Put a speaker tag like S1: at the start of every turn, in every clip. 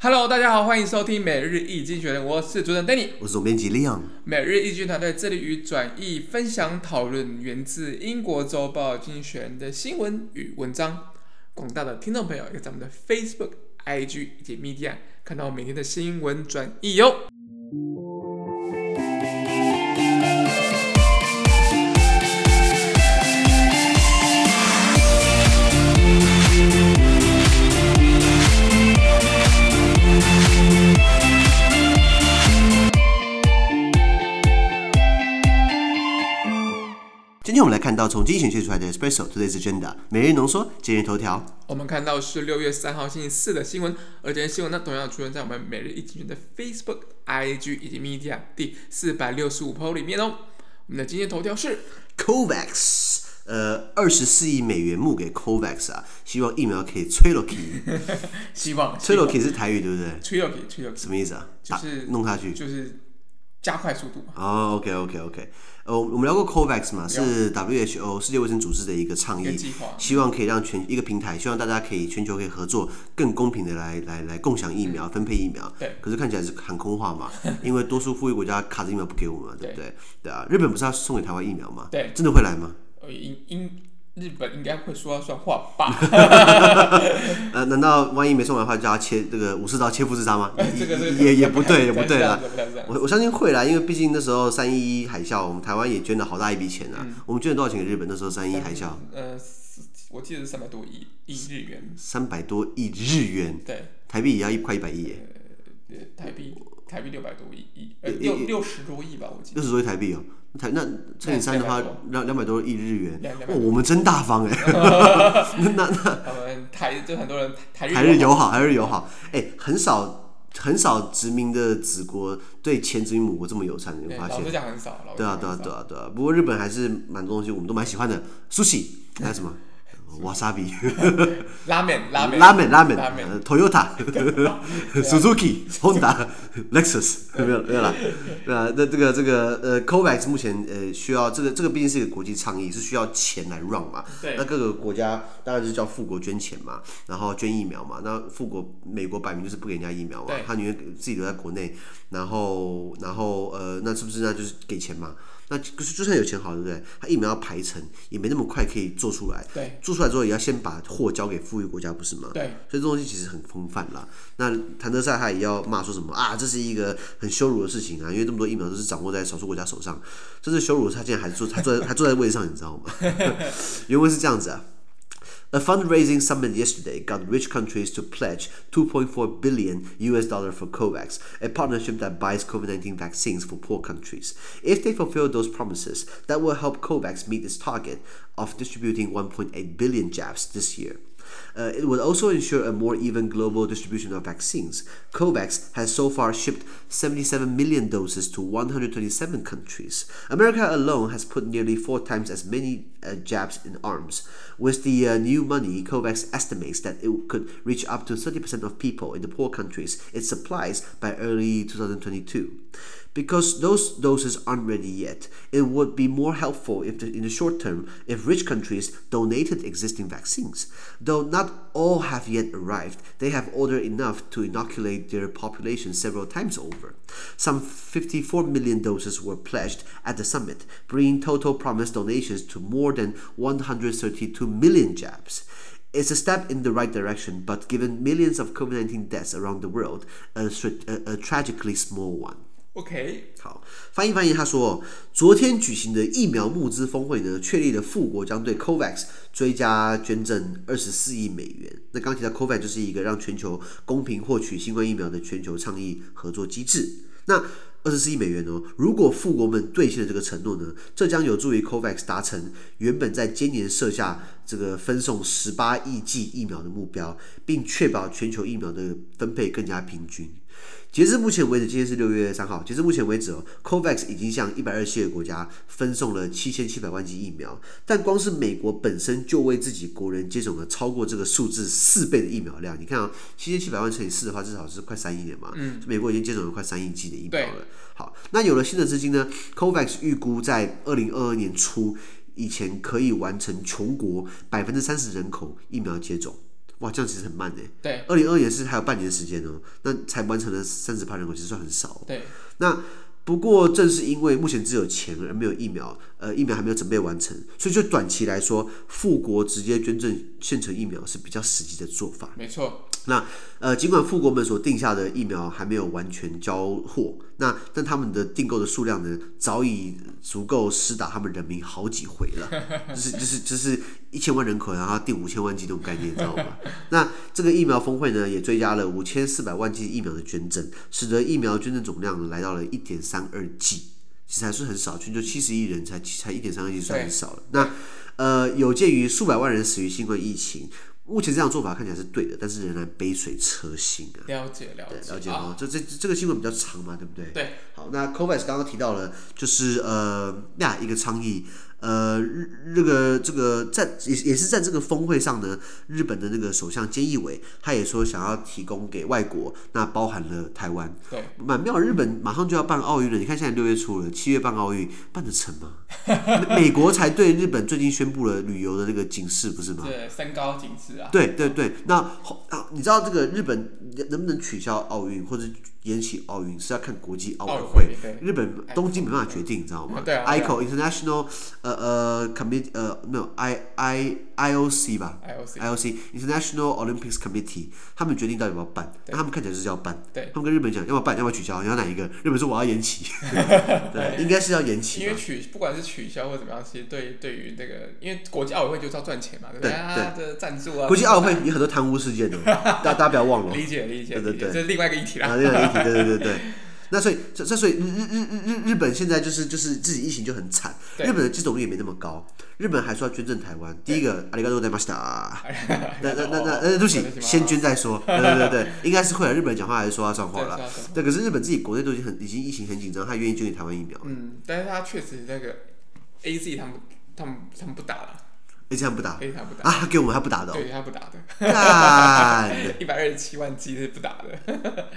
S1: Hello，大家好，欢迎收听每日易经学人，我是主持人 Danny。
S2: 我是总编辑 Leon。
S1: 每日易经团队致力于转译、分享、讨论源自英国周报《经济学人》的新闻与文章。广大的听众朋友，也可以在我们的 Facebook、IG 以及 Media 看到我每天的新闻转译哟、
S2: 今天我们来看到从精选选出来的 Espresso Today's Agenda 每日浓缩今日头条。
S1: 我们看到是六月三号星期四的新闻，而这些新闻呢，同样出现在我们每日一精选的 Facebook、IG 以及 Media 第四百六十五 p 里面哦。我们的今天头条是
S2: COVAX，呃，二十四亿美元募给 COVAX 啊，希望疫苗可以吹 l o k
S1: 希望
S2: 吹 l o k 是台语对不对？
S1: 吹到底，吹到底，
S2: 什么意思啊？打
S1: 就是
S2: 弄下去。
S1: 就是加快速度嘛。
S2: 哦，OK OK OK，呃，我们聊过 COVAX 嘛，是 WHO 世界卫生组织的一个倡
S1: 一个
S2: 议
S1: 计划，
S2: 希望可以让全一个平台，希望大家可以全球可以合作，更公平的来来来共享疫苗、分配疫苗。
S1: 对。
S2: 可是看起来是喊空 话嘛，因为多数富裕国家卡着疫苗不给我们，对不对？对啊，日本不是要送给台湾疫苗吗？
S1: 对。
S2: 真的会来吗？
S1: 呃，应应日本应该会说要算话 吧？
S2: 呃，难道万一没送完的话，就要切这个武士刀切腹自杀吗？
S1: 这个这个
S2: 也也也不对，也不对
S1: 了
S2: 了。，
S1: 不太这样
S2: 我我相信会啦，因为毕竟那时候三一一海啸，我们台湾也捐了好大一笔钱
S1: 嗯
S2: 啊。我们捐了多少钱给日本？那时候三一一海啸，
S1: 呃，四我记得是三百多亿亿日元，
S2: 三百多亿日元，
S1: 对，
S2: 台币也要一快一百亿耶，
S1: 呃，台币台币六百多亿亿，呃，六六十多亿吧，我 记得。
S2: 六十多亿台币哦。台那乘以三的话
S1: 两百多，
S2: 两两百多亿日元
S1: 两两百，
S2: 哇，
S1: 多
S2: 我们真大方 哎！那那
S1: 他们台就很多人台
S2: 台日
S1: 友
S2: 友好，台日友好，哎、很少很少殖民的子国对前殖民母国这么友善的，你
S1: 对
S2: 有发
S1: 老
S2: 现？
S1: 实讲很少，老实
S2: 对啊，
S1: 讲
S2: 对啊，
S1: 很
S2: 对啊，对啊。不过日本还是蛮多东西我们都蛮喜欢的，sushi 还有什么
S1: 哎
S2: wasabi。
S1: 少拉面拉面
S2: 拉美拉美
S1: 拉面啊
S2: 呃，Toyota、Suzuki、Honda、Lexus 没有没有啦，对啊，那这个这个呃，COVAX 目前呃需要这个这个毕竟是一个国际倡议，是需要钱来 run 嘛。
S1: 对
S2: 那各个国家当然就是叫富国捐钱嘛，然后捐疫苗嘛。那富国美国摆明就是不给人家疫苗嘛
S1: 对，
S2: 他宁愿自己留在国内。然后然后呃，那是不是那就是给钱嘛？那就就算有钱好，对不对？他疫苗要排成，也没那么快可以做出来。
S1: 对
S2: 做出来之后也要先把货交给富裕国家，不是吗？
S1: 对，
S2: 所以这东西其实很风范啦。那谭德赛他也要骂说什么啊？这是一个很羞辱的事情啊，因为这么多疫苗都是掌握在少数国家手上，这是羞辱。他竟然还坐，他坐在还坐在位置上，你知道吗？ 原文是这样子啊。A fundraising summit yesterday got rich countries to pledge 2.4 billion US dollar for COVAX, a partnership that buys COVID-19 vaccines for poor countries. If they fulfill those promises, that will help COVAX meet its target of distributing 1.8 billion jabs this year. Uh, it would also ensure a more even global distribution of vaccines. COVAX has so far shipped 77 million doses to 127 countries. America alone has put nearly four times as many uh, jabs in arms. With the uh, new money, COVAX estimates that it could reach up to 30% of people in the poor countries it supplies by early 2022. Because those doses aren't ready yet, it would be more helpful if, the, in the short term, if rich countries donated existing vaccines. Though not all have yet arrived, they have ordered enough to inoculate their population several times over. Some 54 million doses were pledged at the summit, bringing total promised donations to more than 132 million jabs. It's a step in the right direction, but given millions of COVID 19 deaths around the world, a, stra- a, a tragically small one.
S1: OK，
S2: 好，翻译翻译，他说，昨天举行的疫苗募资峰会呢，确立了富国将对 COVAX 追加捐赠二十四亿美元。那刚提到 COVAX 就是一个让全球公平获取新冠疫苗的全球倡议合作机制。那二十四亿美元哦，如果富国们兑现了这个承诺呢，这将有助于 COVAX 达成原本在今年设下这个分送十八亿剂疫苗的目标，并确保全球疫苗的分配更加平均。截至目前为止，今天是六月三号。截至目前为止哦，COVAX 已经向一百二十七个国家分送了七千七百万剂疫苗，但光是美国本身就为自己国人接种了超过这个数字四倍的疫苗量。你看啊、7七千七百万乘以四的话，至少是快三亿年嘛。嗯，美国已经接种了快三亿剂的疫苗了。好，那有了新的资金呢，COVAX 预估在二零二二年初以前可以完成全国百分之三十人口疫苗接种。哇，这样其实很慢哎。
S1: 对
S2: 二零二也是还有半年时间哦，那才完成了三十趴人口，其实算很少哦。
S1: 对
S2: 那不过正是因为目前只有钱而没有疫苗，呃，疫苗还没有准备完成，所以就短期来说，富国直接捐赠现成疫苗是比较实际的做法。
S1: 没错，
S2: 那呃，尽管富国们所定下的疫苗还没有完全交货，那但他们的订购的数量呢，早已足够施打他们人民好几回了，就是就是就是一千万人口，然后订五千万剂这种概念，你知道吗？ 那这个疫苗峰会呢，也追加了五千四百万剂疫苗的捐赠，使得疫苗捐赠总量来到了一点三二剂。其实还是很少，全球七十亿人才才一点三个亿，算很少了。那呃，有鉴于数百万人死于新冠疫情，目前这样做法看起来是对的，但是仍然杯水车薪啊。
S1: 了解了
S2: 对，
S1: 解
S2: 了解
S1: 啊，
S2: 哦，这这这个新闻比较长嘛，对不对？
S1: 对。
S2: 好，那 COVAX 刚刚提到了，就是呃，那一个倡议，呃，日这个这个在也也是在这个峰会上呢，日本的那个首相菅义伟，他也说想要提供给外国，那包含了台湾，
S1: 对，
S2: 蛮妙，日本马上就要办奥运了，你看现在六月初了，七月办奥运，办得成吗？ 美美国才对日本最近宣布了旅游的那个警示，不是吗？
S1: 这身高紧致啊，
S2: 对对对，那后啊，你知道这个日本能不能取消奥运或者延期奥运是要看国际奥
S1: 奥
S2: 委
S1: 运
S2: 啊会。
S1: 会对
S2: 日本东京没办法决定，你知道吗？
S1: 啊对啊对啊
S2: ICO International 呃呃 Commit 呃没有 I I IOC 吧
S1: IOC
S2: IOC International Olympics Committee 他们决定到底要不要办，那他们看起来就是要办，
S1: 对
S2: 他们跟日本讲要不要办，要不要取消，你要哪一个？日本说我要延 期，对，应该是要延期
S1: 因
S2: 吧
S1: 为。取不管是取消或怎么样，其实对对于那个，因为国际奥委会就是要赚钱嘛，对不
S2: 对
S1: 啊，这赞助啊，
S2: 国际奥运会有很多贪污事件哦，大大家不要忘了哦。
S1: 理解理解，
S2: 对对
S1: 理解
S2: 对
S1: 这是另外一个议题啦。
S2: 啊，另外一题，对对对对。那所以，这这所以日日日日日日本现在就是就是自己疫情就很惨，
S1: 对
S2: 日本的接种率也没那么高，日本还说要捐赠台湾。第一个，阿里嘎多在马西达，那那 那那呃，对不起
S1: 对不起，
S2: 先捐再说。对对对对，应该是会了。日本讲话还是说他算话
S1: 对
S2: 了。
S1: 是啊是啊
S2: 对，可是日本自己国内都已经很已经疫情很紧张，他愿意捐给台湾疫苗，
S1: 嗯，但是他确实那个 A Z 他们他们他们不打了
S2: 而且他不打
S1: ，A Z 他们不打，
S2: 啊，给我们他不打的哦，
S1: 对他不打的，
S2: 干，
S1: 一百二十七万剂是不打的。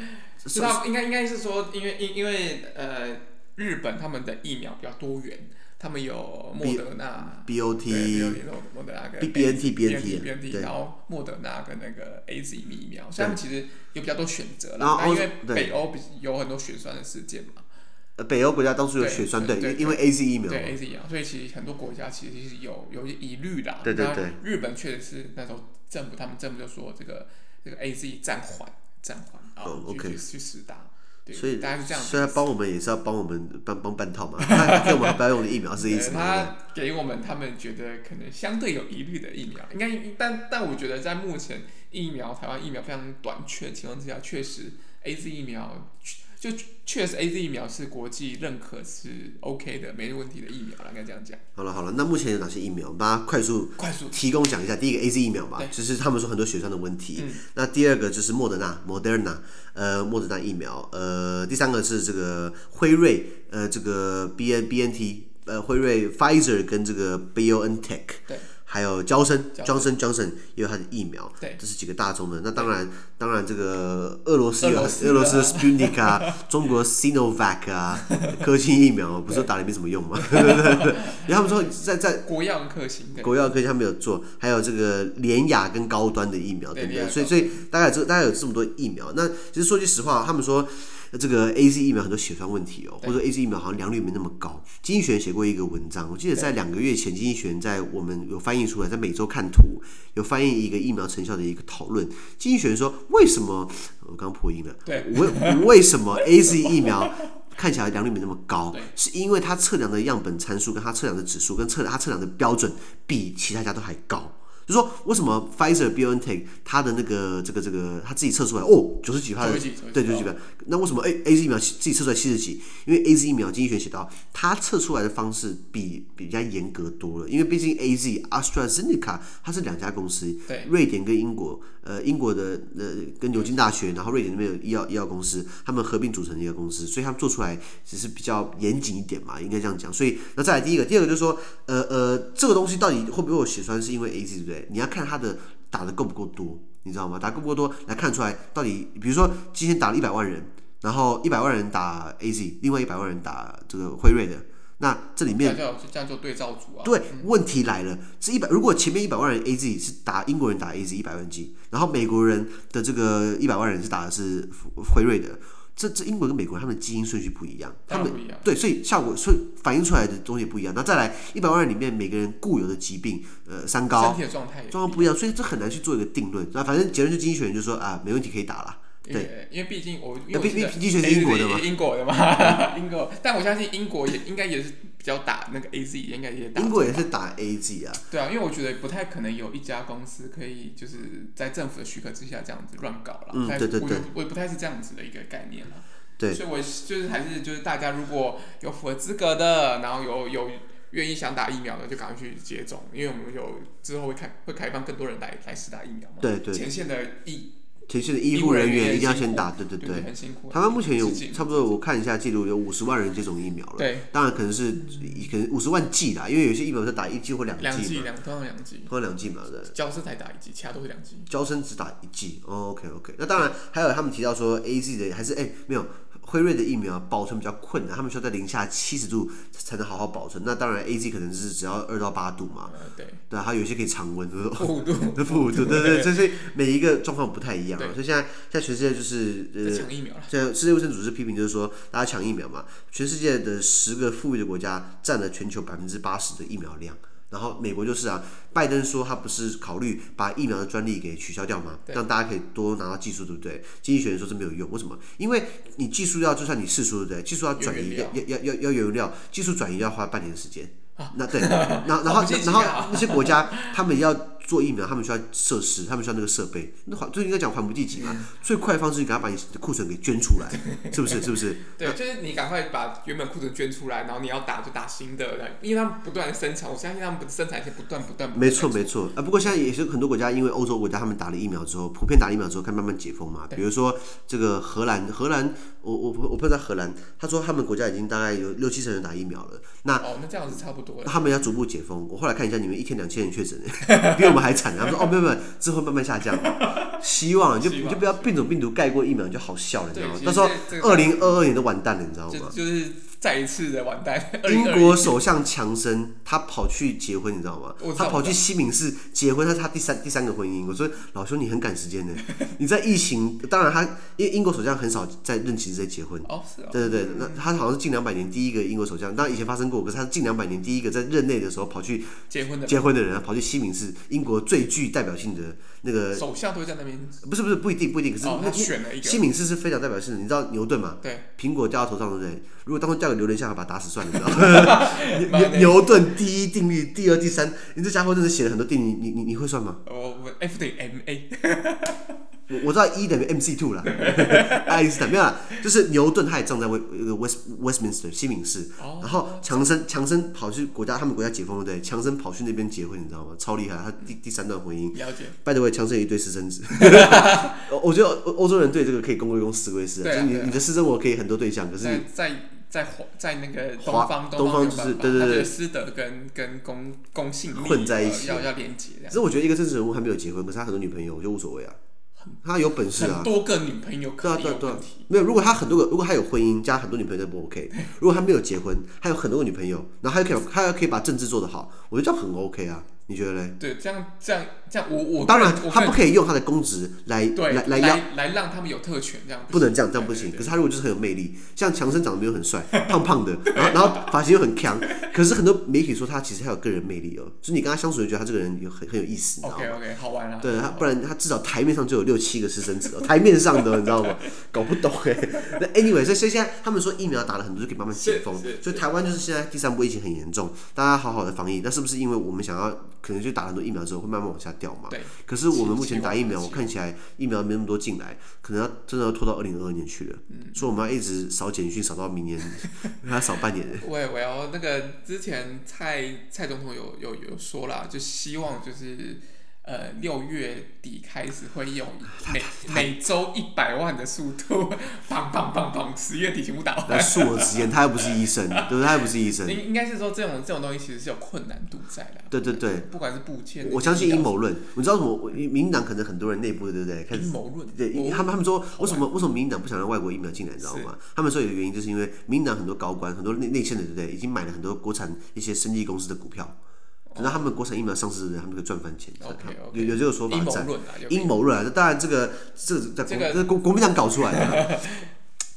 S1: 知
S2: 所以
S1: 道应该应该是说，因为因因为呃，日本他们的疫苗比较多元，他们有莫德纳。
S2: B O
S1: 对比
S2: T
S1: 如说莫德纳跟
S2: B B N T B N
S1: BNT
S2: T，
S1: BNT，
S2: 对
S1: 然后莫德纳跟那个 A Z 疫苗，所以他们其实有比较多选择
S2: 然
S1: 啦那
S2: 后。
S1: 因为
S2: 欧对
S1: 北欧比有很多血栓的事件嘛，
S2: 呃北欧国家当初有血栓，
S1: 对对
S2: 对，因因为 A Z 疫苗嘛，
S1: 对 A Z 疫苗，所以其实很多国家其实是有有一些疑虑啦。
S2: 对对对，
S1: 日本确实是那时候政府他们政府就说这个这个 A Z 暂缓暂缓啊
S2: 哦
S1: 去
S2: OK
S1: 去去实打，对，
S2: 所以
S1: 大概是这样子。
S2: 所以他帮我们也是要帮我们帮帮半套嘛，他给我们不要用的疫苗是这
S1: 对
S2: 意思吗？
S1: 他给我们他们觉得可能相对有疑虑的疫苗，应该但但我觉得在目前疫苗台湾疫苗非常短缺的情况之下，确实 A Z 疫苗就确实 A Z 疫苗是国际认可是 OK 的，没问题的疫苗啦，应该这样讲。
S2: 好了好了，那目前有哪些疫苗？我们大家快速
S1: 快速
S2: 提供讲一下。第一个 A Z 疫苗吧
S1: 对，嗯
S2: 就是他们说很多血栓的问题。那第二个就是莫德纳 （Moderna），呃，莫德纳疫苗。呃，第三个是这个辉瑞，呃，这个 B N B N T，呃，辉瑞 Pfizer 跟这个 B O N Tech。
S1: 对
S2: 还有娇生、
S1: Johnson
S2: Johnson Johnson 也有它的疫苗，
S1: 对
S2: 这是几个大宗的。那当然，当然这个俄罗斯有
S1: 俄罗斯啊
S2: 俄罗斯的 Sputnik 啊，中国 Sinovac 啊，科兴疫苗不是说打了也没什么 用吗？对对对对。然后他们说在在
S1: 国药跟克星对
S2: 国药科技他们有做，还有这个联雅跟高端的疫苗
S1: 对
S2: 等
S1: 联
S2: 等，
S1: 雅
S2: 所以所以大概有这大概有这么多疫苗。那其实说句实话，他们说呃这个 A Z 疫苗很多血栓问题哦，或者 A Z 疫苗好像良率没那么高。经济学人写过一个文章，我记得在两个月前，经济学人在我们有翻译出来，在每周看图有翻译一个疫苗成效的一个讨论。经济学人说，为什么我刚破音了？
S1: 对，
S2: 为为什么 A Z 疫苗？看起来良率没那么高
S1: 对，
S2: 是因为它测量的样本参数、跟它测量的指数、跟测它测量的标准比其他家都还高。就说为什么 Pfizer、BioNTech 它的那个这个这个它自己测出来哦九十几趴的
S1: 九十几九十几
S2: 对九十几趴，那为什么 A A Z 疫苗自己测出来七十几？因为 A Z 疫苗经济学写到它测出来的方式比比人家严格多了，因为毕竟 A Z、AstraZeneca 它是两家公司，
S1: 对
S2: 瑞典跟英国，呃，英国的呃跟牛津大学，然后瑞典那边有医药医药公司，他们合并组成一个公司，所以他们做出来只是比较严谨一点嘛，应该这样讲。所以那再来第一个，第二个就是说，呃呃，这个东西到底会不会有血栓，是因为 A Z 对不对？你要看它的打的够不够多，你知道吗？打得够不够多来看出来到底，比如说今天打了一百万人，然后一百万人打 A Z，另外一百万人打这个辉瑞的。那这里面
S1: 这样就这样就对照组啊。
S2: 对，问题来了，这一百如果前面一百万人 AZ 是打英国人打 AZ 一百万剂，然后美国人的这个一百万人是打的是辉瑞的，这这英国跟美国人他们的基因顺序不一样，他
S1: 当
S2: 们
S1: 然不一样。
S2: 对，所以效果所以反映出来的东西也不一样。那再来一百万人里面每个人固有的疾病，呃，三
S1: 身
S2: 高
S1: 体的状态也
S2: 状况不一样，所以这很难去做一个定论。那反正结论就经济学人就说啊，没问题可以打了。
S1: 因为因为毕竟我因为
S2: 那
S1: 我
S2: 毕
S1: 记得
S2: 毕毕竟是英国的
S1: AZ
S2: 嘛
S1: 也英国的嘛， 英国。但我相信英国也应该也是比较打那个 A Z，应该也打。
S2: 英国也是打 AZ 啊，
S1: 对啊，因为我觉得不太可能有一家公司可以就是在政府的许可之下这样子乱搞了。
S2: 嗯
S1: 但
S2: 对对
S1: 我觉
S2: 对
S1: 得我也不太是这样子的一个概念了。
S2: 对
S1: 所以我就是还是就是大家如果有符合资格的，然后有有愿意想打疫苗的，就赶快去接种，因为我们有之后会开会开放更多人来来试打疫苗嘛。
S2: 对对
S1: 前线的医
S2: 前线的医护人员一定要先打，对对
S1: 对
S2: 对。
S1: 很辛苦。
S2: 台湾目前有
S1: 致敬
S2: 差不多，我看一下记录，有五十万人接种疫苗了。
S1: 对
S2: 当然可能是可能五十万剂啦，因为有些疫苗是打一剂或两
S1: 两
S2: 剂
S1: 剂
S2: 嘛，
S1: 两通常两剂，
S2: 通常两剂嘛，对。
S1: 教师才打一剂，其他都是两剂。
S2: 交生只打一剂、o k OK。那当然还有他们提到说 A Z 的还是哎、没有辉瑞的疫苗保存比较困难，他们需要在零下七十度才能好好保存。那当然 A Z 可能是只要二到八度嘛，
S1: 呃，对，
S2: 对啊，还有一些可以常温， 对不对？
S1: 五 度
S2: 这负五度，对对对，所以每一个状况不太一样啊。
S1: 对
S2: 所以现在现在全世界就是呃
S1: 在抢疫苗了。
S2: 现在世界卫生组织批评就是说，大家抢疫苗嘛，全世界的十个富裕的国家占了全球百分之八十的疫苗量。然后美国就是啊，拜登说他不是考虑把疫苗的专利给取消掉吗？
S1: 对
S2: 让大家可以多拿到技术，对不对？经济学人说这没有用，为什么？因为你技术要就算你试出，对不对？技术要转移，
S1: 有
S2: 要
S1: 原
S2: 要要要要有原料，技术转移要花半年时间。那对，然后然
S1: 好
S2: 后
S1: 不积极
S2: 然后
S1: 啊
S2: 那些国家他们要做疫苗，他们需要设施，他们需要那个设备，那还就应该讲还不济己嘛。
S1: 嗯
S2: 最快的方式，你赶快把你的库存给捐出 来，是不是？是不是？
S1: 对，就是你赶快把原本库存捐出来，然后你要打就打新的，然后因为他们不断的生产，我相信他们不生产线不断不断。不断
S2: 没错，没错啊。不过现在也是很多国家，因为欧洲国家他们打了疫苗之后，普遍打了疫苗之后，开始慢慢解封嘛。比如说这个荷兰，荷兰，我我我朋友在荷兰，他说他们国家已经大概有六七成人打疫苗了，那
S1: 哦，那这样子差不多了。
S2: 他们要逐步解封。我后来看一下，你们一天两千人确诊， 比我们还惨。他们说哦，没有没有，之后慢慢下降，希望就
S1: 希
S2: 你
S1: 望
S2: 就不要变种病毒盖过疫苗，你就好笑了，你知
S1: 对
S2: 道吗，？
S1: 其
S2: 到
S1: 实
S2: 时候
S1: 这这
S2: 二
S1: 个
S2: 零二二年都完蛋了，你知道
S1: 就
S2: 吗？
S1: 就是再一次的完蛋。
S2: 英
S1: 2021
S2: 国首相强生他跑去结婚，你知道吗
S1: 我？知道
S2: 他跑去西敏寺结婚，他是他第三第三个婚姻。我说老兄，你很赶时间的， 你在疫情，当然他因为英国首相很少在任期之内结婚。
S1: 哦是哦，
S2: 对对对，那他好像是近两百年第一个英国首相，当然以前发生过，可是他是近两百年第一个在任内的时候跑去
S1: 结婚的
S2: 结婚的人啊，跑去西敏寺，英国最具代表性的那个，
S1: 首相都会在那边。
S2: 不是不是不一定不一定，可是
S1: 哦，
S2: 那、
S1: 他选了一个
S2: 西敏寺是非常代表性的。你知道牛 顿吗？
S1: 对，
S2: 苹果掉到头上，对不对？如果当初掉个榴莲下海，把他打死算了，你知道吗牛？牛 牛顿第一定律、第二、第三，你这家伙真的写了很多定律，你你你会算吗？
S1: 我我 F 等于 M A，
S2: 我我知道 E 等于 MC two 啦，爱因斯坦没有啦，就是牛顿他也葬在威呃 West Westminster 西敏寺，
S1: 哦
S2: 然后强生强生跑去国家他们国家解封了，对不对，强生跑去那边结婚，你知道吗？超厉害，他第第三段婚姻。
S1: 了解。
S2: 拜托，我强生有一堆私生 子。我我觉得欧欧洲人对这个可以公归公，私归私，就
S1: 对啊
S2: 是你
S1: 对啊啊
S2: 你的私生活可以很多对象，可是
S1: 在
S2: 你
S1: 在在华在那个东
S2: 华
S1: 方，
S2: 东
S1: 方
S2: 方
S1: 没有
S2: 就是
S1: 办法
S2: 对对
S1: 他
S2: 对
S1: 觉得师德跟跟公公信力
S2: 混在一起
S1: 呃要要连接这
S2: 只
S1: 样。
S2: 是我觉得一个政治人物还没有结婚，可是他很多女朋友，我就无所谓啊。他有本事
S1: 很
S2: 啊，
S1: 多个女朋友可
S2: 对啊
S1: 能
S2: 对啊
S1: 有
S2: 对啊
S1: 问题，
S2: 没有。如果他很多个，如果他有婚姻加很多女朋友，那不 OK。如果他没有结婚，他有很多个女朋友，然后他又可以他又可以把政治做得好，我觉得这样很 OK 啊。你觉得嘞？
S1: 对，这样这样这样，我我
S2: 当然
S1: 个人，我
S2: 他
S1: 个
S2: 不
S1: 人
S2: 可以用他的公职来
S1: 对
S2: 来
S1: 来
S2: 来压
S1: 来让他们有特权这样，
S2: 不能这样，这样不行。
S1: 对
S2: 可是他如果就是很有魅力，像强生长得没有很帅，胖胖的， 然后然后发型又很强，可是很多媒体说他其实还有个人魅力哦，就是你跟他相处就觉得他这个人有很很有意思，你知道吗？
S1: OK OK，好玩啊。
S2: 对他，不然他至少台面上就有六七个私生子哦，台面上的哦你知道吗？搞不懂哎。那 anyway，所以所以现在他们说疫苗打了很多就可以慢慢解封
S1: 是，是
S2: 所以台湾就是现在第三波疫情很严重，大家好好的防疫，那是不是因为我们想要可能就打了很多疫苗之后会慢慢往下掉嘛？
S1: 对，
S2: 可是我们目
S1: 希
S2: 前
S1: 望
S2: 打疫苗，
S1: 希
S2: 我
S1: 望
S2: 看起来疫苗没那么多进来，可能要真的要拖到二零二二年去了。嗯，所以我们要一直扫简讯，扫到明 年，还要扫半年。
S1: 我也我要那个之前蔡蔡总统有有有说啦，就希望就是呃六月底开始会有每每周一百万的速度，砰砰砰砰，十月底全部打
S2: 来
S1: 完。
S2: 恕我直言，他又不是医生，对不对？他又不是 医生，
S1: 应应该是说这种这种东西其实是有困难度在的，
S2: 对对对，
S1: 不管是部件，
S2: 我相信
S1: 医
S2: 阴
S1: 疗
S2: 谋论。你知道什么？我民进党可能很多人内部对不对？开始
S1: 阴谋论，
S2: 对，因为
S1: 我
S2: 他们他们说为什么为什么民进党不想让外国疫苗进来，你知道吗？他们说有一个原因，就是因为民进党很多高官、很多内内线的，对不对？已经买了很多国产一些生技公司的股票，等到他们国产疫苗上市，对不对他们可以赚翻钱。
S1: OK，OK
S2: 有有这个说法
S1: 阴谋
S2: 在。
S1: 论啊，有
S2: 阴谋论啊，这当然这个这个在
S1: 这
S2: 国
S1: 个
S2: 这是国国民党搞出来 的。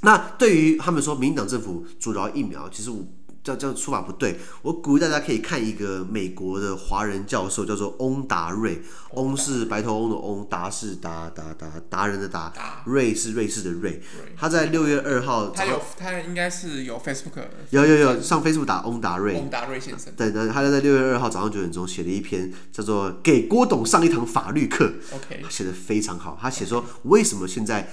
S2: 那对于他们说民进党政府阻挠疫苗，其实我这这样说法不对。我鼓励大家可以看一个美国的华人教授，叫做翁达瑞，翁是白头翁的翁，达是达达达达人的达，瑞是瑞士的瑞。他在六月二号早
S1: 他
S2: 上
S1: 有他应该是有 Facebook 的
S2: 有有有上 Facebook 打翁达瑞，
S1: 翁达瑞先生，
S2: 对，那他在六月二号早上九点钟写了一篇叫做《给郭董上一堂法律课》。
S1: OK，
S2: 他写的非常好。他写说，为什么现在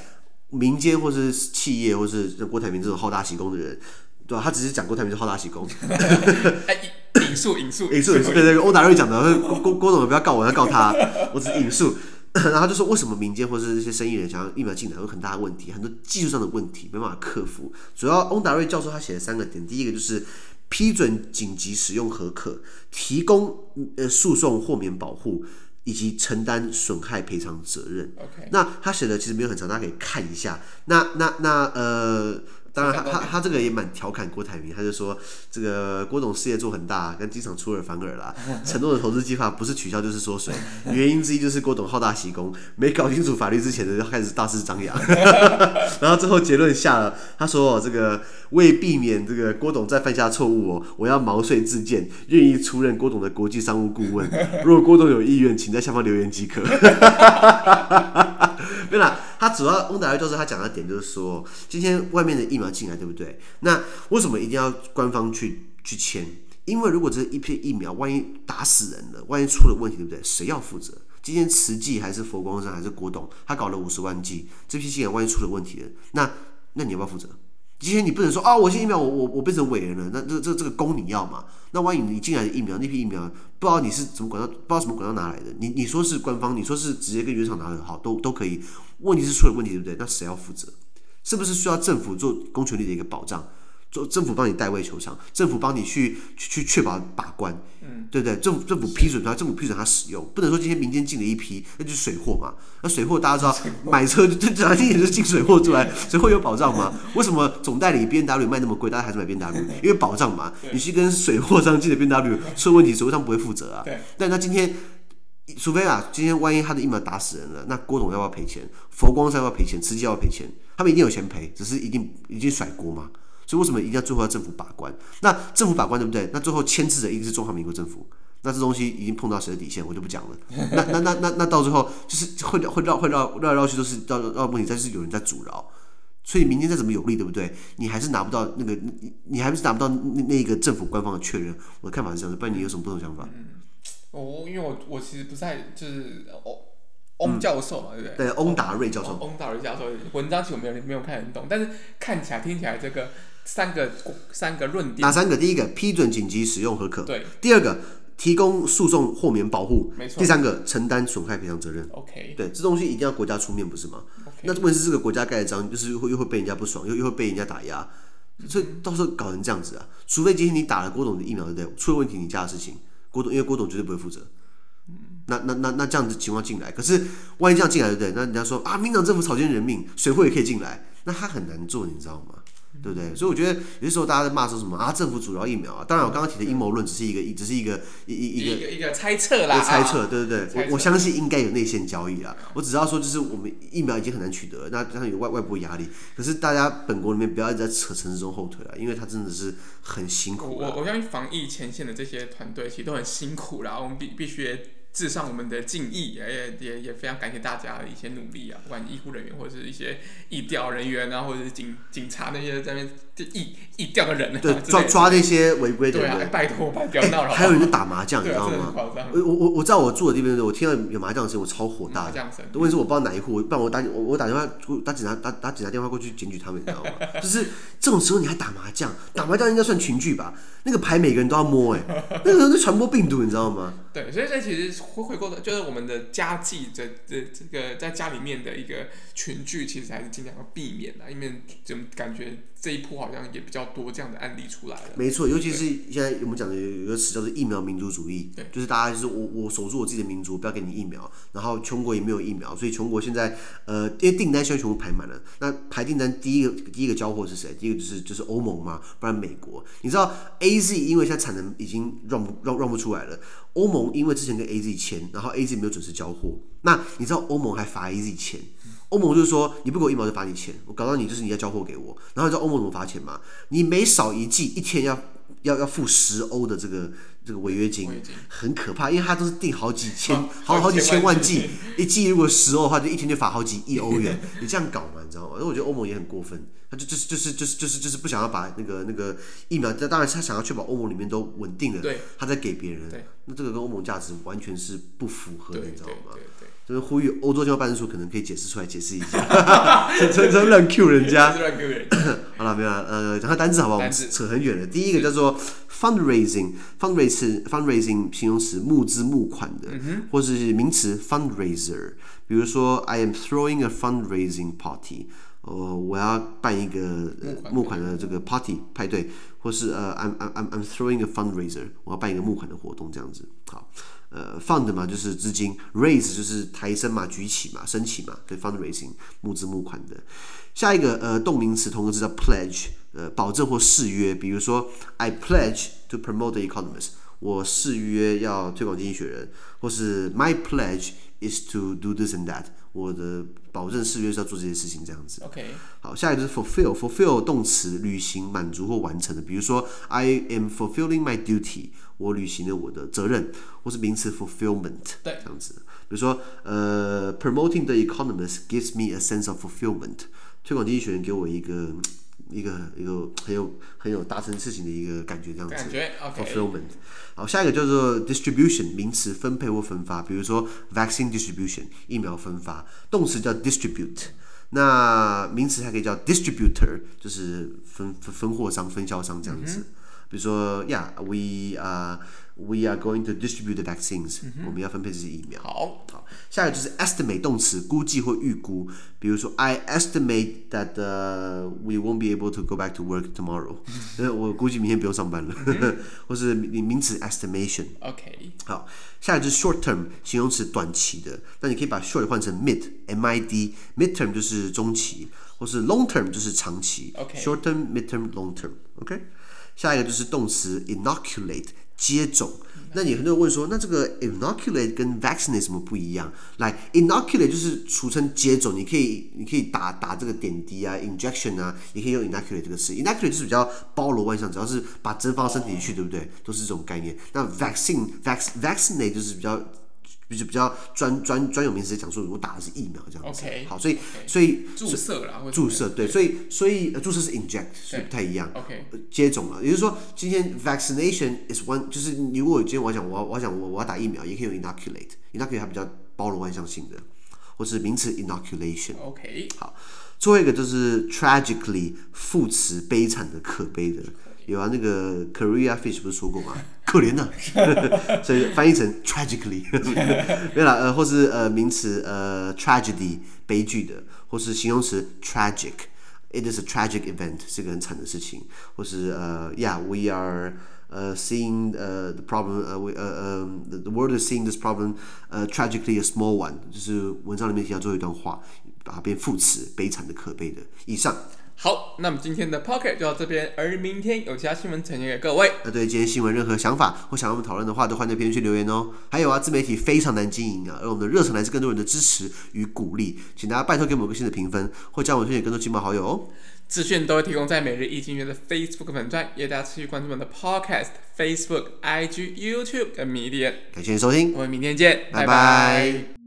S2: 民间或是企业或是像郭台铭这种好大喜功的人，对啊吧、他只是讲郭台铭是好大喜功，
S1: 哎，引引述引述
S2: 引述引述，对对，对欧达瑞讲的，郭郭郭总不要告我，要告他，我只是引述。 然后他就说，为什么民间或是这些生意人想要疫苗进来有很大的问题，很多技术上的问题没办法克服。主要翁达瑞教授他写了三个点，第一个就是批准紧急使用合可，提供呃诉讼豁免保护，以及承担损害赔偿责任。
S1: OK，
S2: 那他写的其实没有很长，大家可以看一下。那那那呃，当然他他他这个也蛮调侃郭台铭，他就说这个郭董事业做很大，但经常出尔反尔啦。承诺的投资计划不是取消就是缩水，原因之一就是郭董好大喜功，没搞清楚法律之前呢就开始大肆张扬。 然后最后结论下了，他说、哦、这个为避免这个郭董再犯下错误哦，我要毛遂自荐，愿意出任郭董的国际商务顾问。如果郭董有意愿，请在下方留言即可。 没有啦，他主要翁达瑞就是他讲的点就是说，今天外面的疫苗进来，对不对？那为什么一定要官方去去签？因为如果这一批疫苗万一打死人了，万一出了问题，对不对？谁要负责？今天慈济还是佛光山还是郭董，他搞了五十万剂，这批疫苗万一出了问题了，那那你要不要负责？今天你不能说啊，我现在疫苗我我我变成伟人了，那这这这个功你要嘛？那万一你进来的疫苗那批疫苗，不知道你是怎么管道，不知道什么管道拿来的，你你说是官方，你说是直接跟原厂拿的，好都都可以。问题是出了问题，对不对？那谁要负责？是不是需要政府做公权力的一个保障？做政府帮你代位求偿，政府帮你去去去确保把关，嗯，对不对？政府政府批准它，政府批准它使用，不能说今天民间进了一批，那就是水货嘛。那 水货大家知道，买车就就讲也是进水货出来，水货有保障吗？为什么总代理 B N W 卖那么贵，大家还是买 B N W？因为保障嘛。你去跟水货商进的 B N W 出问题，水货商不会负责啊
S1: 对。
S2: 但他今天除非啊，今天万一他的疫苗打死人了，那郭董要不要赔钱？佛光山要不要赔钱？慈济要不要赔钱？他们一定有钱赔，只是一定一定甩锅嘛。所以为什么一定要最后要政府把关？那政府把关对不对？那最后牵制的一定是中华民国政府。那这东西已经碰到谁的底线，我就不讲了。 那那那那那到最后就是会会绕会绕绕来绕去都是绕绕问题，但是有人在阻挠。所以民间再怎么有力，对不对？你还是拿不到那个，你你还是拿不到那那个政府官方的确认。我的看法是这样的，不然你有什么不同想法？
S1: 我哦因为我我其实不太就是翁翁教授嘛，对不对？哦
S2: 对，翁达瑞教授。
S1: 翁达瑞教授文章其实我没有没有看很懂，但是看起来听起来这个三个三个论点，
S2: 哪三个？第一个，批准紧急使用合可；
S1: 对
S2: 第二个，提供诉讼豁免保护；
S1: 没错
S2: 第三个，承担损害赔偿责任。
S1: ，OK
S2: 对，这东西一定要国家出面，不是吗
S1: OK
S2: 那问题是这个国家盖的章，就是会又会被人家不爽，又又会被人家打压，所以到时候搞成这样子啊！除非今天你打了郭董的疫苗，对不对？出了问题你家的事情，郭董因为郭董绝对不会负责。那那那那这样子情况进来，可是万一这样进来，对不对？那人家说啊，民党政府草菅人命，水货也可以进来，那他很难做，你知道吗？对不对？所以我觉得有些时候大家在骂说什么啊，政府阻挠疫苗啊。当然，我刚刚提的阴谋论只是一个，只是一个一一一
S1: 一
S2: 个
S1: 个一个猜测啦，
S2: 一个猜测，
S1: 啊，
S2: 对对
S1: 猜
S2: 对，
S1: 测
S2: 我我相信应该有内线交易啦。我只要说，就是我们疫苗已经很难取得了，那加上有外外部压力，可是大家本国里面不要一直在扯城市中后腿了，因为他真的是很辛
S1: 我
S2: 苦
S1: 我
S2: 啊了。
S1: 我相信防疫前线的这些团队其实都很辛苦啦，我们必必须致上我们的敬意，也也也也非常感谢大家的一些努力啊，不管医护人员或者是一些医调人员啊，或者是警警察那些在那边就疫疫调的人啊，
S2: 对，抓抓那些违规的
S1: 对啊，哎
S2: 人，
S1: 拜托拜托，不要闹了，
S2: 还有人在打麻将，你
S1: 对
S2: 知
S1: 啊，
S2: 道
S1: 真的很
S2: 吗？
S1: 夸张，
S2: 我我我知道我住的地方，我听到有麻将声，我超火大
S1: 麻
S2: 的。
S1: 将声，
S2: 问题是我不知道哪一户，我不然我打我我打电话打警察打打警察电话过去检举他们，你知道吗？ 就是这种时候你还打麻将，打麻将应该欸算群聚吧？那个牌每个人都要摸、哎，那个人在传播病毒，你知道吗？
S1: 对，所以所以其实回回购的，就是我们的家计这这这个在家里面的一个群聚，其实还是尽量要避免的，因为怎么感觉这一波好像也比较多这样的案例出来了。
S2: 没错，尤其是现在我们讲的有一个词叫做疫苗民族主义
S1: 对，
S2: 就是大家就是我我守住我自己的民族，不要给你疫苗。然后全国也没有疫苗，所以全国现在呃，因为订单现在全部排满了。那排订单第一个第一个交货是谁？第一个就是就是欧盟嘛，不然美国。你知道 A Z 因为现在产能已经让不让让不出来了，欧盟因为之前跟 A Z 签，然后 A Z 没有准时交货，那你知道欧盟还罚 A Z 钱。欧盟就是说，你不给我疫苗就罚你钱，我搞到你就是你要交货给我。然后你知道欧盟怎么罚钱吗？你每少一剂，一天要要要付十欧的这个这个违约金
S1: 违约金，
S2: 很可怕，因为它都是定好几 千，
S1: 好
S2: 好好
S1: 几
S2: 几
S1: 千
S2: 千
S1: 万
S2: 万剂，一剂如果十欧的话，就一天就罚好几亿欧元。你这样搞嘛，你知道吗？那我觉得欧盟也很过分，他就就是就是就是就是就是不想要把那个那个疫苗，但当然他想要确保欧盟里面都稳定了，
S1: 对，
S2: 他再给别人
S1: 对。
S2: 那这个跟欧盟价值完全是不符合的，
S1: 对对
S2: 你知道
S1: 对
S2: 吗？
S1: 对，
S2: 就是呼吁欧洲经贸办事处可能可以解释出来，解释一下， 这这这乱 Q 人家。
S1: 就是乱给人，
S2: 好了，没有了，呃，讲下单字好不好？我们
S1: 单字
S2: 扯很远了。第一个叫做 fundraising，fundraising fundraising 形容词，募资募款的，或是名词 fundraiser。比如说，I am throwing a fundraising party，呃，我要办一个呃募款的这个 party 派对，或是呃，I'm I'm I'm I'm throwing a fundraiser，我要办一个募款的活动这样子。好，呃，fund 嘛就是资金，raise 就是抬升嘛、举起嘛、升起嘛，对，fundraising 募资募款的。下一个呃动名词同个字叫 pledge，呃保证或誓约，比如说 I pledge to promote the economist，我誓约要推广经济学人，或是 My pledge is to do this and that，我的保证誓约是要做这些事情这样子。
S1: OK，
S2: 好，下一个就是 fulfill，fulfill 动词履行、满足或完成的，比如说 I am fulfilling my duty，我履行了我的责任，或是名词 fulfillment，
S1: 对
S2: 这样子。比如说，呃，promoting the economist gives me a sense of fulfillment，推广经济学人给我一个一个一个很有很有达成事情的一个感觉，这样子。
S1: 感觉 OK，
S2: fulfillment。好，下一个叫做 distribution，名词分配或分发，比如说 vaccine distribution 疫苗分发，动词叫 distribute。那名词还可以叫 distributor，就是分分分货商、分销商这样子。比如说，Yeah，we are we are going to distribute the vaccines，、我们要分配这些疫苗。
S1: 好，
S2: 好，下一个就是 estimate 动词，估计或预估。比如说，I estimate that、we uh, won't be able to go back to work tomorrow 。 呃，我估计明天不用上班了， 或是名名词 estimation。
S1: OK，
S2: 好，下一个就是 short term 形容词，短期的。那你可以把 short 换成 mid m i d mid term 就是中期，或是 long term 就是长期。
S1: OK
S2: short term mid term long term OK。下一个就是动词 inoculate 接种。那你很多人问说，那这个 inoculate 跟 vaccinate 什么不一样？来，inoculate 就是俗称接种，你可以你可以打打这个点滴啊，injection 啊，也可以用 inoculate 这个词。inoculate 就是比较包罗万象，只要是把针放到身体里去，对不对？都是这种概念。那 vaccine vac vaccinate 就是比较。就是比较专专专有名词讲说，我打的是疫苗这样子。
S1: OK，
S2: 好，所以所以
S1: 注射啦，或者
S2: 注射对，所以所以呃注射是 inject，所以不太一样。
S1: OK，
S2: 呃接种了，也就是说，今天 vaccination is one，就是如果我今天我要讲我要我要讲我我要打疫苗，也可以用 inoculate，inoculate 它比较包罗万象性的，或是名词 inoculation。
S1: OK，
S2: 好，最后一个就是 tragically 副词悲惨的可悲的，有啊，那个 Korea Fish 不是说过吗？ 可怜啊呐、所以翻译成 tragically 没有啦，呃，或是呃名词呃 tragedy 悲剧的，或是形容词 tragic。It is a tragic event，是个很惨的事情，或是呃、y e a h we are 呃、seeing 呃、the problem，呃、we 呃、呃、the- the world is seeing this problem，呃、tragically a small one，就是文章里面提到最后一段话，把它变副词，悲惨的、可悲的。以上，
S1: 好，那么今天的 Pocket 就到这边，而明天有其他新闻呈现给各位。
S2: 那对今天新闻任何想法或想要我们讨论的话，都欢迎在评论区留言哦。还有啊，自媒体非常难经营啊，而我们的热忱来自更多人的支持与鼓励，请大家拜托给我们个新的评分，或将我们推荐给更多亲朋好友哦。
S1: 资讯都会提供在每日易经学的 Facebook 粉专，也大家持续关注我们的 Podcast、Facebook、IG、YouTube 跟 Media。
S2: 感谢您收听，
S1: 我们明天见，拜
S2: 拜
S1: 拜
S2: 拜